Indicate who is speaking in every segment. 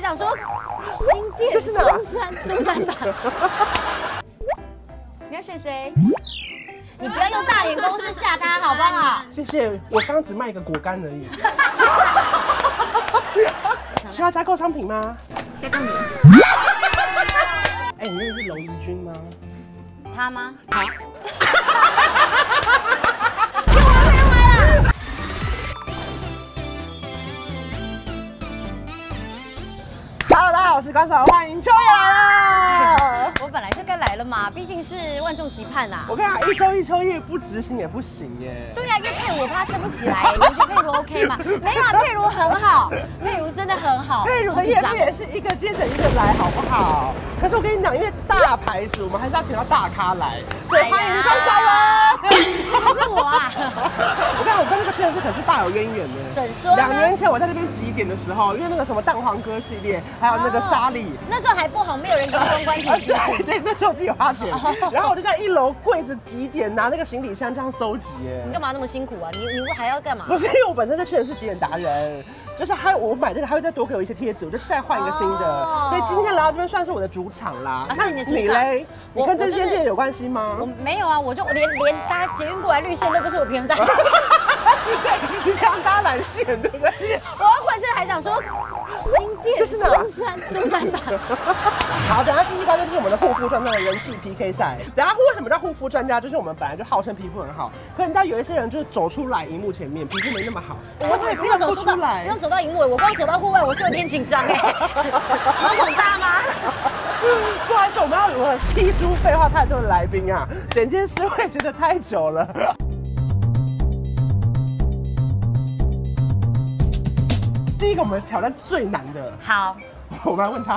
Speaker 1: 想说，新店
Speaker 2: 这是哪
Speaker 1: 松山松山吧？你要选谁？你不要用大脸公式吓他，好不好？
Speaker 2: 谢谢，我刚只卖一个果干 而已。需要加购商品吗？
Speaker 1: 加个你，
Speaker 2: 哎、你认识娄一君吗？
Speaker 1: 他吗？
Speaker 2: Hello，大家好，我是高手，欢迎秋雅了。
Speaker 1: 哎我本来就该来了嘛，毕竟是万众期盼呐、
Speaker 2: 我跟你讲，一周一秋叶不执行也不行耶。
Speaker 1: 对呀、啊因为佩如我怕撑不起来，你们觉得佩如 OK 吗？没有，啊，佩如很好，佩如真的很好，
Speaker 2: 佩如的
Speaker 1: 紧
Speaker 2: 叶
Speaker 1: 张
Speaker 2: 片也是一个接着一个来，好不好？可是我跟你讲，因为大牌子，我们还是要请到大咖来，所以欢迎高晓文。
Speaker 1: 哎不是我啊。
Speaker 2: 啊 我跟你讲，我跟那个圈子可是大有渊源的。
Speaker 1: 怎说呢
Speaker 2: 两年前我在那边集点的时候，因为那个什么蛋黄哥系列，还有那个沙粒。
Speaker 1: 那时候还不红，没有人给我公关
Speaker 2: 而
Speaker 1: 品
Speaker 2: 且
Speaker 1: 质。
Speaker 2: 对，那时候自己花钱，
Speaker 1: 哦
Speaker 2: 然后我就在一楼柜子集点，拿那个行李箱这样搜集耶。
Speaker 1: 你干嘛那么辛苦啊？你你还要干嘛？
Speaker 2: 不是因为我本身在确实是集点达人，就是还有我买这个，还会再多给我一些贴纸，我就再换一个新的。
Speaker 1: 哦
Speaker 2: 所以今天来到这边算是我的主场啦。
Speaker 1: 啊是你的主场
Speaker 2: 你嘞？你
Speaker 1: 我
Speaker 2: 跟这
Speaker 1: 我
Speaker 2: 间
Speaker 1: 就是
Speaker 2: 店有关系吗
Speaker 1: 我？没有啊，我就连连搭捷运过来绿线都不是我平常搭的。
Speaker 2: 对， 你这样搭蓝线，对 不对？
Speaker 1: 我要换这还想说新店
Speaker 2: 是哪
Speaker 1: 松山松山吧。
Speaker 2: 好，等下第一关就是我们的护肤专家的人气 PK 赛。等下为什么叫护肤专家？就是我们本来就号称皮肤很好，可你知道有一些人就是走出来荧幕前面，皮肤没那么好，
Speaker 1: 我
Speaker 2: 根本
Speaker 1: 怎不用走出到，不用走到荧幕，我光走到户外我就有点紧张哎。 我很大吗？
Speaker 2: 不好意思，我们要如何踢出废话太多的来宾啊？整件事会觉得太久了。第一个，我们挑战最难的，
Speaker 1: 好，
Speaker 2: 我们来问他。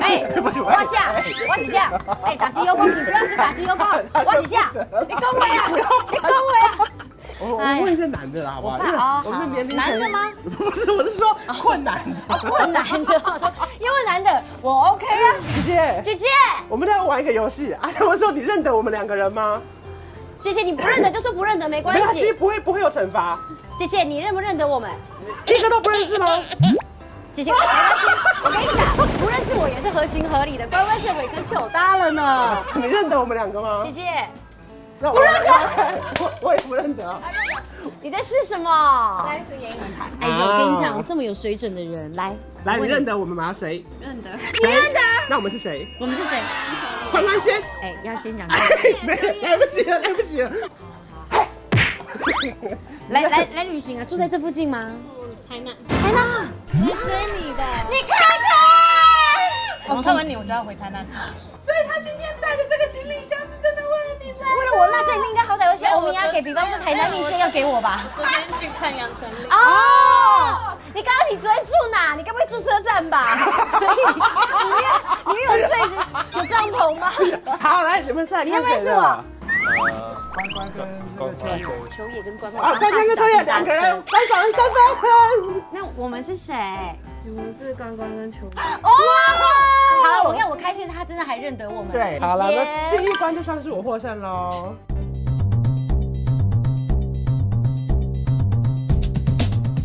Speaker 1: 哎，
Speaker 2: 不是
Speaker 1: 我下，我几 下，哎，打击油光，你不要只打击油光，我几下，你跟我 呀，你跟我呀。
Speaker 2: 我我
Speaker 1: 哎
Speaker 2: 问一个男的啦，好不好？
Speaker 1: 我怕
Speaker 2: 因为
Speaker 1: 哦
Speaker 2: 我们的
Speaker 1: 好
Speaker 2: 年龄
Speaker 1: 男
Speaker 2: 层
Speaker 1: 的吗？
Speaker 2: 不是，我是说困难
Speaker 1: 好
Speaker 2: 的。
Speaker 1: 困难的，我说因为男的我 OK 啊，
Speaker 2: 姐姐，
Speaker 1: 姐姐，
Speaker 2: 我们在玩一个游戏啊。他 们说你认得我们两个人吗？
Speaker 1: 姐姐你不认得就说不认得没关
Speaker 2: 没关系，
Speaker 1: 系，
Speaker 2: 不会不会有惩罚，
Speaker 1: 姐姐你认不认得我们？
Speaker 2: 一个都不认识吗？
Speaker 1: 姐姐，没关系，我跟你讲，不认识我也是合情合理的，乖乖这尾跟手搭了呢。
Speaker 2: 你认得我们两个吗
Speaker 1: 姐？姐，
Speaker 2: 那我认得， 我我也不认得。
Speaker 1: 你在试什么？
Speaker 3: 再次演演看，
Speaker 1: 哎呦，我跟你讲，这么有水准的人，来，
Speaker 2: 啊来，你认得我们吗？谁？
Speaker 3: 认得。
Speaker 2: 谁认得？那我们是谁？
Speaker 1: 我们是谁？
Speaker 2: 欢欢先。
Speaker 1: 哎，要先讲。
Speaker 2: 没，来不及了，来不及了。
Speaker 1: 来来来旅行啊，住在这附近吗？
Speaker 3: 海南，
Speaker 1: 台南啊，
Speaker 3: 我追你的。
Speaker 1: 你哦看看。
Speaker 3: 我看完你，我就要回台南。
Speaker 4: 所以他今天带的这个行李箱是真的为了你来。
Speaker 1: 为了我辣，这里面应该好歹有些欧米
Speaker 3: 没有
Speaker 1: 茄
Speaker 3: 我
Speaker 1: 给，比方说台南蜜饯要给我吧。
Speaker 3: 昨天去看杨丞 琳，
Speaker 1: 哦，你刚刚你昨天住哪？你该不会住车站吧？ 所以里面里面有睡有帐篷吗？
Speaker 2: 好，来，你们是来看谁的？啊，
Speaker 5: 关关跟那个秋叶，
Speaker 1: 球野跟关关
Speaker 2: 关关跟秋叶啊两个人，班少人三分。
Speaker 1: 那我们是谁？
Speaker 3: 你们是关关跟球。
Speaker 1: 哦，好了，我看我开心，他真的还认得我们。
Speaker 2: 对，好了，那第一关就算是我获胜喽。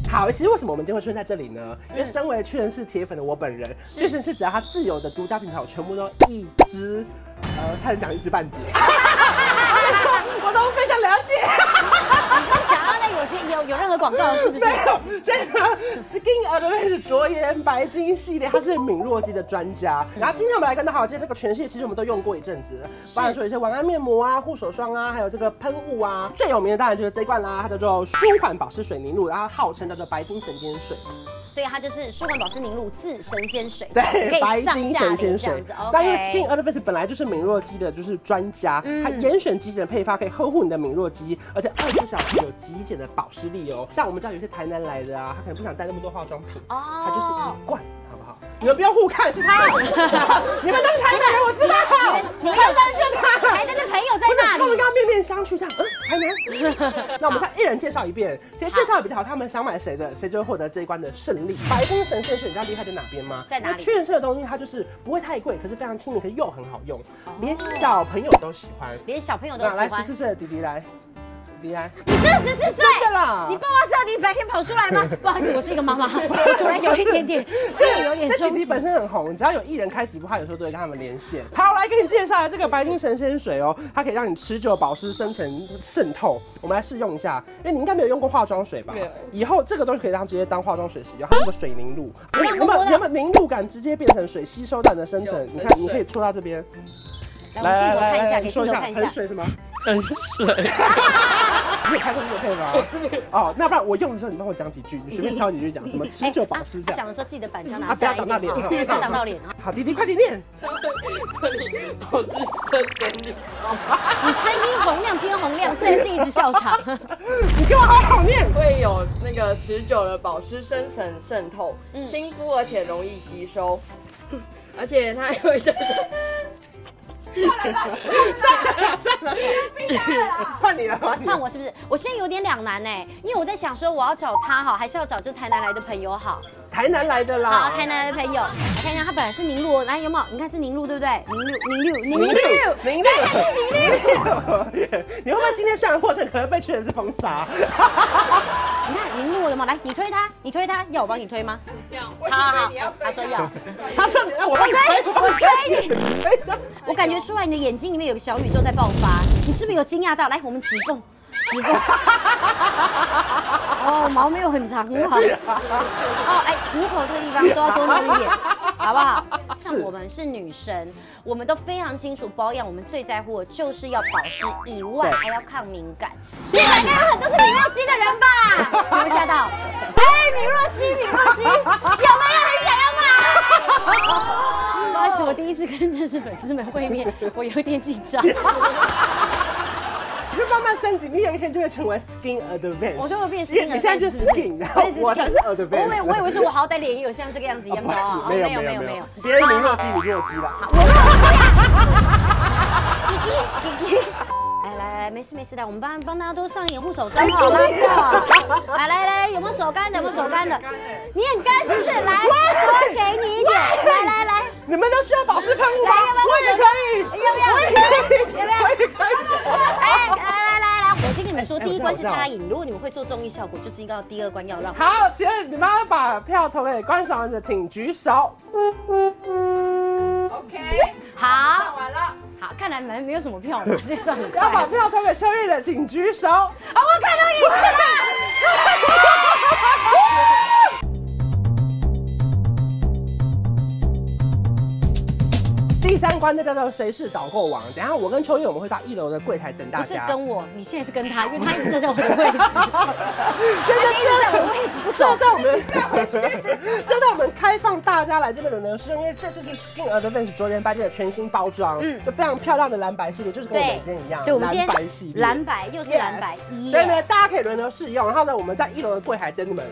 Speaker 2: 好，其实为什么我们今天会出现在这里呢？因为身为屈臣氏铁粉的我本人，屈臣氏只要它自有的独家品牌，我全部都一知，呃，差点讲一知半解， 我都非常了解。
Speaker 1: 想要那有天有有任何广告是不是
Speaker 2: 没？有，这个 Skin Advance 卓颜白金系列，它是敏弱肌的专家。
Speaker 1: 嗯
Speaker 2: 然后今天我们来跟大家好，今天这个全系列其实我们都用过一阵子了，包含说一些晚安面膜啊、护手霜啊，还有这个喷雾啊。最有名的当然就是这一罐啦，它叫做舒缓保湿水凝露，然后它号称叫做白金神仙水。
Speaker 1: 嗯所以它就是舒缓保湿凝露自神仙水，
Speaker 2: 对，
Speaker 1: 可
Speaker 2: 白
Speaker 1: 以上
Speaker 2: 金
Speaker 1: 下
Speaker 2: 神
Speaker 1: 脸
Speaker 2: 仙
Speaker 1: 这样
Speaker 2: 水
Speaker 1: 子。。
Speaker 2: 那因为 Skin
Speaker 1: OK。
Speaker 2: Advance 本来就是敏弱肌的，就是专家，
Speaker 1: 嗯
Speaker 2: 它严选极简的配方可以呵护你的敏弱肌，而且二十小时有极简的保湿力哦。像我们知道有些台南来的啊，他可能不想带那么多化妆品，
Speaker 1: 哦
Speaker 2: 他就是一罐，好不好？你们不要互看，是他， 你们都是 台南人，我知道，
Speaker 1: 哎你们
Speaker 2: 台南就他，
Speaker 1: 台南的朋友在
Speaker 2: 不是
Speaker 1: 那
Speaker 2: 他们
Speaker 1: 里
Speaker 2: 刚。刚面面相觑，这样，嗯，台 南。那我们现在一人介绍一遍，其实介绍的比较好，他们想买谁的，谁就会获得这一关的胜利。白金神仙水，你知道厉害在哪边吗？
Speaker 1: 在哪里
Speaker 2: 因为屈臣氏的东西它就是不会太贵，可是非常亲民，可是又很好用，连小朋友都喜欢。
Speaker 1: 连小朋友都
Speaker 2: 那
Speaker 1: 喜
Speaker 2: 来，十
Speaker 1: 欢
Speaker 2: 四岁的弟弟来，李安，
Speaker 1: 你真的十四岁？
Speaker 2: 真的啦
Speaker 1: 你爸妈知道你白天跑出来吗？ 不好意思，我是一个妈妈，我突然有一点点，是有点
Speaker 2: 但弟
Speaker 1: 冲
Speaker 2: 弟
Speaker 1: 击。
Speaker 2: 本身很红，只要有艺人开直播，他有时候都会跟他们连线。好，来给你介绍一下这个白金神仙水哦，它可以让你持久保湿、深层渗透。我们来试用一下，因为你应该没有用过化妆水吧
Speaker 4: 没有？
Speaker 2: 以后这个东西可以当直接当化妆水使用，它是个水凝露，
Speaker 1: 哎
Speaker 2: 原
Speaker 1: 摸摸
Speaker 2: 本
Speaker 1: 的
Speaker 2: 原本凝露感直接变成水，吸收到你的深层
Speaker 4: 有。
Speaker 2: 你
Speaker 4: 很
Speaker 2: 看，
Speaker 4: 水
Speaker 2: 你可以戳到这边，
Speaker 1: 来，我们看一下，给镜
Speaker 2: 你说
Speaker 1: 头看一
Speaker 2: 很
Speaker 1: 下。
Speaker 2: 水是吗？
Speaker 6: 很水。
Speaker 2: 你有拍过这个配吗？哦，那不然我用的时候你帮我讲几句，你随便挑几句讲，什么持久保湿这
Speaker 1: 他
Speaker 2: 样。
Speaker 1: 讲的时候记得板腔
Speaker 2: 啊
Speaker 1: 拿
Speaker 2: 不要
Speaker 1: 下一
Speaker 2: 挡到
Speaker 1: 点
Speaker 2: 脸
Speaker 1: 哈，
Speaker 2: 啊
Speaker 1: 对不要挡到脸啊！
Speaker 2: 好，弟弟快点念。
Speaker 6: 我是深深女。
Speaker 1: 你声音洪亮偏洪亮，不能是一直笑场。
Speaker 2: 你给我好好念。
Speaker 4: 会有那个持久的保湿、深层渗透，亲肤而且容易吸收， 而且它又叫
Speaker 2: 换你了，换
Speaker 1: 换
Speaker 2: 你了。
Speaker 1: 我是不是？我现在有点两难哎，因为我在想说我要找他好，还是要找就台南来的朋友好？
Speaker 2: 台南来的啦。
Speaker 1: 好，台南的朋友，来看一下，他本来是凝露，来有没有？你看是凝露对不对？凝露，凝露，凝
Speaker 2: 零
Speaker 1: 露
Speaker 2: 六，零六，零六。你会不会今天上货程可能被确认是封杀？
Speaker 1: 你看凝露了吗？来，你推他，你推他，要我帮你推吗？要。好好好，他说要，
Speaker 2: 他说你，哎我帮你拍，
Speaker 1: 我推你
Speaker 2: 推你。
Speaker 1: 我感觉出来你的眼睛里面有个小宇宙在爆发，你是不是有惊讶到？来，我们指缝，指缝。 哦，毛没有很长，很好。哦，哎，虎口这个地方都要多弄一 点，好不好？像我们是女生，我们都非常清楚保养，我们最在乎的就是要保湿以外，
Speaker 2: 对
Speaker 1: 还要抗敏感。现在应该有很多是敏弱肌的人 吧？有没有吓到？哎，敏弱肌，敏弱肌，有没有很想要买？ 不好意思，我第一次跟正式粉丝们会面，我有点紧张。
Speaker 2: 你就慢慢升级，你有一天就会成为 skin advance。
Speaker 1: 我就会变 skin
Speaker 2: 因为你现在就是 skin，然后我才是 advance。
Speaker 1: 我以为我以为是我好歹脸也有像这个样子一样高啊，哦
Speaker 2: 没有没有没有没有，别人
Speaker 1: 好
Speaker 2: 零弱鸡，你弱鸡啦。
Speaker 1: 来来来，没事没事，来，我们帮帮大家多上一点护手霜好了。来来来，有没有手干的？有没有手干的？你很干是不是？来，我给你一点。来来来，
Speaker 2: 你们都需要保湿喷雾吗？我也可以，
Speaker 1: 要不要？
Speaker 2: 我也可以，
Speaker 1: 要不要
Speaker 2: 我？也可以。
Speaker 1: 哎，来来来来，我先跟你们说，第一关是他赢。如果你们会做综艺效果，就知道第二关要让。
Speaker 2: 好，请问你们要把票投给观赏人的，请举手。
Speaker 4: OK，
Speaker 1: 好
Speaker 4: 上完了，
Speaker 1: 好，看来蛮没有什么票，我先上一
Speaker 2: 要把
Speaker 1: 块。
Speaker 2: 票投给秋月的，请举手。
Speaker 1: 啊，我看到影子了。
Speaker 2: 第三关那叫做谁是导购王？等一下我跟秋月我们会到一楼的柜台等大
Speaker 1: 不是
Speaker 2: 家。
Speaker 1: 跟我，你现在是跟他，因为他一直在我的位置，
Speaker 2: 就
Speaker 1: 他哎一直在我
Speaker 2: 是
Speaker 1: 的位置不
Speaker 2: 就
Speaker 1: 走。
Speaker 2: 在我们，就在我们开放大家来这边的呢，是因为这次是 Skin Advance 卓联白金的全新包装，嗯，就非常漂亮的蓝白系列，就是跟我们今天一样，
Speaker 1: 对，我们今
Speaker 2: 蓝
Speaker 1: 天
Speaker 2: 白系列，
Speaker 1: 蓝白又是蓝白
Speaker 2: Yes
Speaker 1: 一
Speaker 2: 所以呢，大家可以轮流试用，然后呢，我们在一楼的柜台等你们。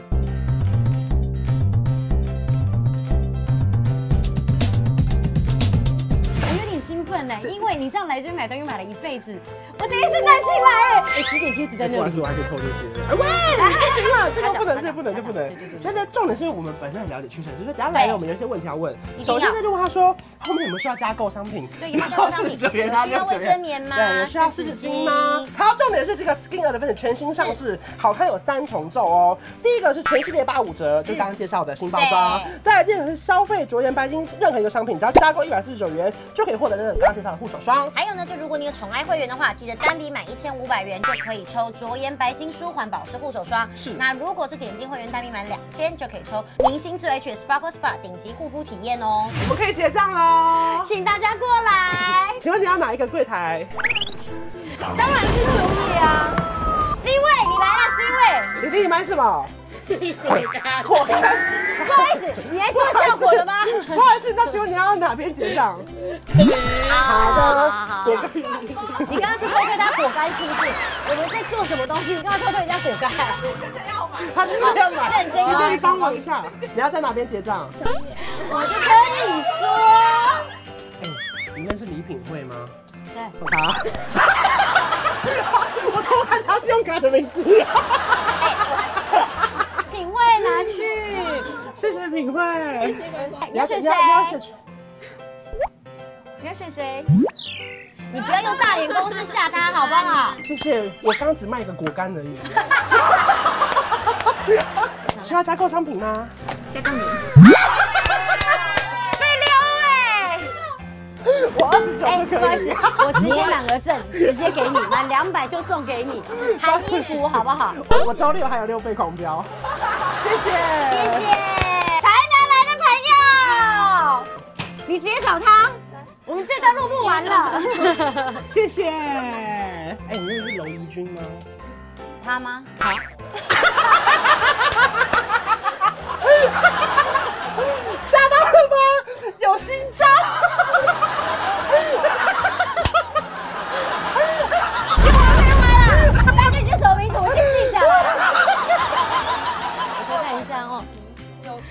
Speaker 1: 我有点兴奋呢，因为你这样来这边买东西买了一辈子，我第一次站进来哎，哎，几点贴纸在那里？
Speaker 2: 我还可以偷这些。喂，不行了，这个不能，这个不能，这不
Speaker 1: 对对
Speaker 2: 能
Speaker 1: 对。对
Speaker 2: 现在重点是我们本身很了解屈臣氏，所以等下来了我们有一些问题要问。
Speaker 1: 一定要
Speaker 2: 首先呢，就问他说后面有没有需要加购商品？
Speaker 1: 对，有没有需要商品？
Speaker 2: 九元
Speaker 1: 啊有需要卫生棉吗？
Speaker 2: 对，有需要湿纸巾
Speaker 1: 啊
Speaker 2: 吗？好，重点是这个 Skin Advance 全新上市，好看有三重奏哦。第一个是全系列八五折，就刚刚介绍的新包包。再来第二个是消费卓妍白金任何一个商品，只要加购一百四十九元就可以获得那个刚刚介绍的护手霜。
Speaker 1: 还有呢，就如果你有宠爱会员的话，记得单笔满一千五百元就可以抽卓颜白金舒缓保湿护手霜。
Speaker 2: 是
Speaker 1: 那如果是点击会员单笔满两千就可以抽明星最爱去的 Sparkle Spa 顶级护肤体验哦，
Speaker 2: 我们可以结账喽。
Speaker 1: 请大家过来。
Speaker 2: 请问你要哪一个柜台？
Speaker 1: 当然是秋叶啊，C 位你来了，C 位，
Speaker 2: 你弟弟买 什么？果干。
Speaker 1: 不好意思，你来做效果的吗？
Speaker 2: 不好意思，那请问你要哪边结账？
Speaker 1: 好
Speaker 2: 的
Speaker 1: 好好 你刚刚是偷推他果干是不是？我们在做什么东西？你干嘛偷推人家果干？
Speaker 2: 他真的要买，
Speaker 1: 认真要买
Speaker 2: 你帮忙一下。你要在哪边结账？
Speaker 1: 我就跟你说。
Speaker 2: 哎你认识礼品会吗？
Speaker 1: 对，
Speaker 2: 我答。 我偷看他信用卡的名 字。
Speaker 1: 品味拿去。
Speaker 2: 谢谢品慧。
Speaker 1: 你要选谁？
Speaker 2: 你要选
Speaker 1: 你要选谁？你不要用大眼公式吓他好不好？
Speaker 2: 谢谢，我刚只卖一个果干 而已。需要加购商品吗？
Speaker 1: 被撩哎、
Speaker 2: 我二十九
Speaker 1: 哎、
Speaker 2: 就
Speaker 1: 不好
Speaker 2: 可
Speaker 1: 意思
Speaker 2: 以。，
Speaker 1: 我直接满额赠，直接给你，满两百就送给 你，含衣服好不好？
Speaker 2: 我我周六还有六倍狂飙，谢
Speaker 1: 谢
Speaker 2: 谢。
Speaker 1: 谢 台南来的朋友，你直接找他，我们这段录不完 了。
Speaker 2: 谢谢。哎、你认识娄怡君吗？
Speaker 1: 他吗？
Speaker 2: 吓到了吗？有心脏。
Speaker 1: 太歪了，大家已经手名图先记下来了。我看一下哦。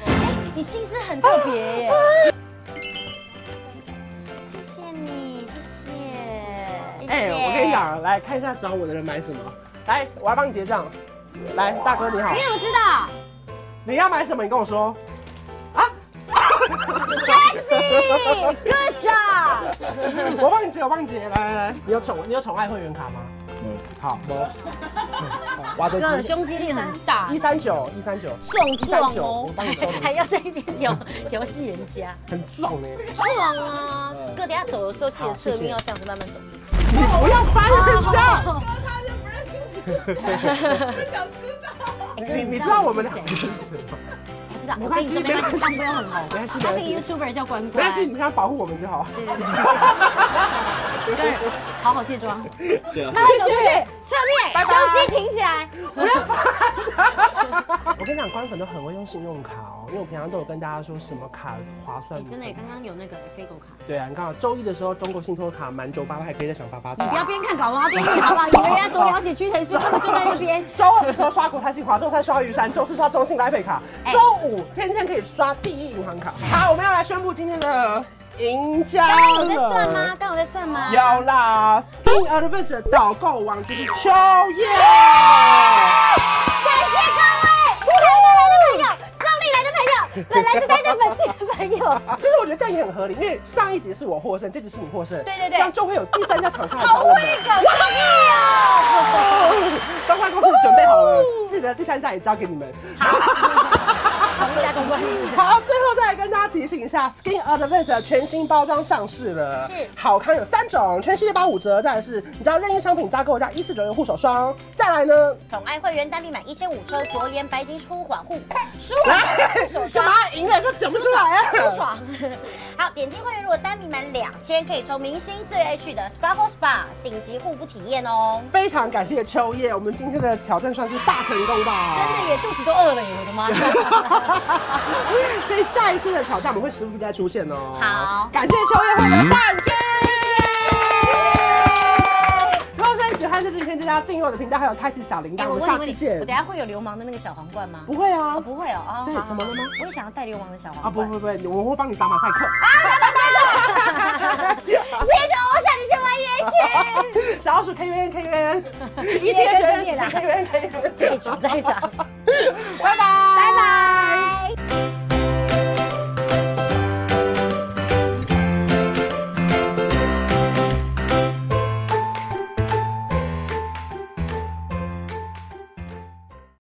Speaker 1: 哎，你心思很特别耶。
Speaker 2: 哎
Speaker 1: 谢谢你，谢谢。
Speaker 2: 哎、
Speaker 1: 谢谢
Speaker 2: 我跟你，讲，来看一下找我的人买什么。来，我要帮你结账。来，大哥你好
Speaker 1: 你，怎么知道？
Speaker 2: 你要买什么？你跟我说。啊！
Speaker 1: Happy, good job！
Speaker 2: 我帮你结，我帮你结。来来来，你有宠，你有宠爱会员卡吗？嗯，好。我
Speaker 1: 哥
Speaker 2: 的
Speaker 1: 的胸肌力很大
Speaker 2: 一，三九一三九，
Speaker 1: 壮壮
Speaker 2: 139我
Speaker 1: 哦
Speaker 2: 帮你收你，
Speaker 1: 还要在一边调调戏人家，
Speaker 2: 很壮欸呢。
Speaker 1: 壮啊！哥，等一下走的时候记得侧面要这样子慢慢走。
Speaker 2: 你不要翻人家。
Speaker 1: 哦
Speaker 2: 你你知道我们俩
Speaker 1: 你
Speaker 2: 是谁吗？
Speaker 1: 不知道
Speaker 2: 没
Speaker 1: 我
Speaker 2: 关
Speaker 1: 跟你
Speaker 2: 系
Speaker 1: 说没关系，他
Speaker 2: 没关系
Speaker 1: 不用很红，
Speaker 2: 没关系
Speaker 1: 他是一
Speaker 2: 没
Speaker 1: 个
Speaker 2: 关
Speaker 1: YouTuber 叫关
Speaker 2: 没
Speaker 1: 关
Speaker 2: 关。系，你平常保护我们就好。
Speaker 1: 对对对，对，好好卸妆。
Speaker 5: 是啊
Speaker 1: 慢慢走出去，侧面胸肌挺起来。
Speaker 2: 我跟你讲，官粉都很会用信用卡哦，因为我平常都有跟大家说什么卡划算
Speaker 1: 你。哎真的耶，刚刚有那个飞狗卡。
Speaker 2: 对啊，你看啊周一的时候，中国信托卡满九八八还可以再享八八折。
Speaker 1: 你不要边看搞文化边看好不好？以为人家多了解屈臣氏，根本就在那边。
Speaker 2: 周二的时候刷国泰信华，周三刷玉山，周四刷中信来北卡，
Speaker 1: 哎
Speaker 2: 周五天天可以刷第一银行卡。好，我们要来宣布今天的赢
Speaker 1: 刚
Speaker 2: 家
Speaker 1: 刚有在算吗
Speaker 2: 了？。
Speaker 1: 刚刚有在算吗？
Speaker 2: 有啦，Skin Advance 的导购网就是秋叶。
Speaker 1: 感谢各位台南来的朋友，中立来的朋友，中立来的朋友，本来就待在本地的朋友，
Speaker 2: 啊其实我觉得这样也很合理，因为上一集是我获胜，这集是你获胜，
Speaker 1: 对对对
Speaker 2: 这样就会有第三家厂商来找
Speaker 1: 好
Speaker 2: 我
Speaker 1: 会
Speaker 2: 们。
Speaker 1: 搞创意哦！
Speaker 2: 刚刚公司准备好了，记得第三家也交给你们。
Speaker 1: 我们家公关。
Speaker 2: 好，最后再来跟大家提醒一下，Skin Advance 的全新包装上市了。
Speaker 1: 是
Speaker 2: 好康有三种，全系列八五折，再来是你只要任意商品加购价一四九元护手霜，再来呢，
Speaker 1: 宠爱会员单笔满一千五抽卓颜白金舒缓护舒
Speaker 2: 来
Speaker 1: 护手
Speaker 2: 干
Speaker 1: 霜
Speaker 2: 嘛。赢了就讲不出来
Speaker 1: 舒
Speaker 2: 啊？
Speaker 1: 爽，好，点击会员如果单笔满两千，可以抽明星最爱去的 SPA h o SPA 顶级护肤体验哦。
Speaker 2: 非常感谢秋叶，我们今天的挑战算是大成功吧？
Speaker 1: 真的耶，肚子都饿了耶，我的妈！
Speaker 2: 所以下一次的挑战我们会时不时再出现哦。
Speaker 1: 好
Speaker 2: 感谢秋叶会的冠军。如果说你喜欢这支影片，记得要订阅我的频道，还有开启小铃
Speaker 1: 哎、
Speaker 2: 铛。
Speaker 1: 我
Speaker 2: 我
Speaker 1: 问
Speaker 2: 们下
Speaker 1: 你问
Speaker 2: 次
Speaker 1: 你，
Speaker 2: 见
Speaker 1: 我。等下会有流氓的那个小皇冠吗？
Speaker 2: 不会啊
Speaker 1: 哦，不会哦，啊、
Speaker 2: 对
Speaker 1: 好好
Speaker 2: 怎么了吗
Speaker 1: 好我也想要带流氓的小
Speaker 2: 啊，
Speaker 1: 皇
Speaker 2: 不
Speaker 1: 冠。啊
Speaker 2: 不不，我会帮你打马赛克。
Speaker 1: 谢谢我想你先 玩圆圈。
Speaker 2: 小老鼠 K U N K U N，一天学
Speaker 1: 哎跟着
Speaker 2: 院
Speaker 1: 念啦
Speaker 2: ，K U N K U N。
Speaker 1: 队长，队长。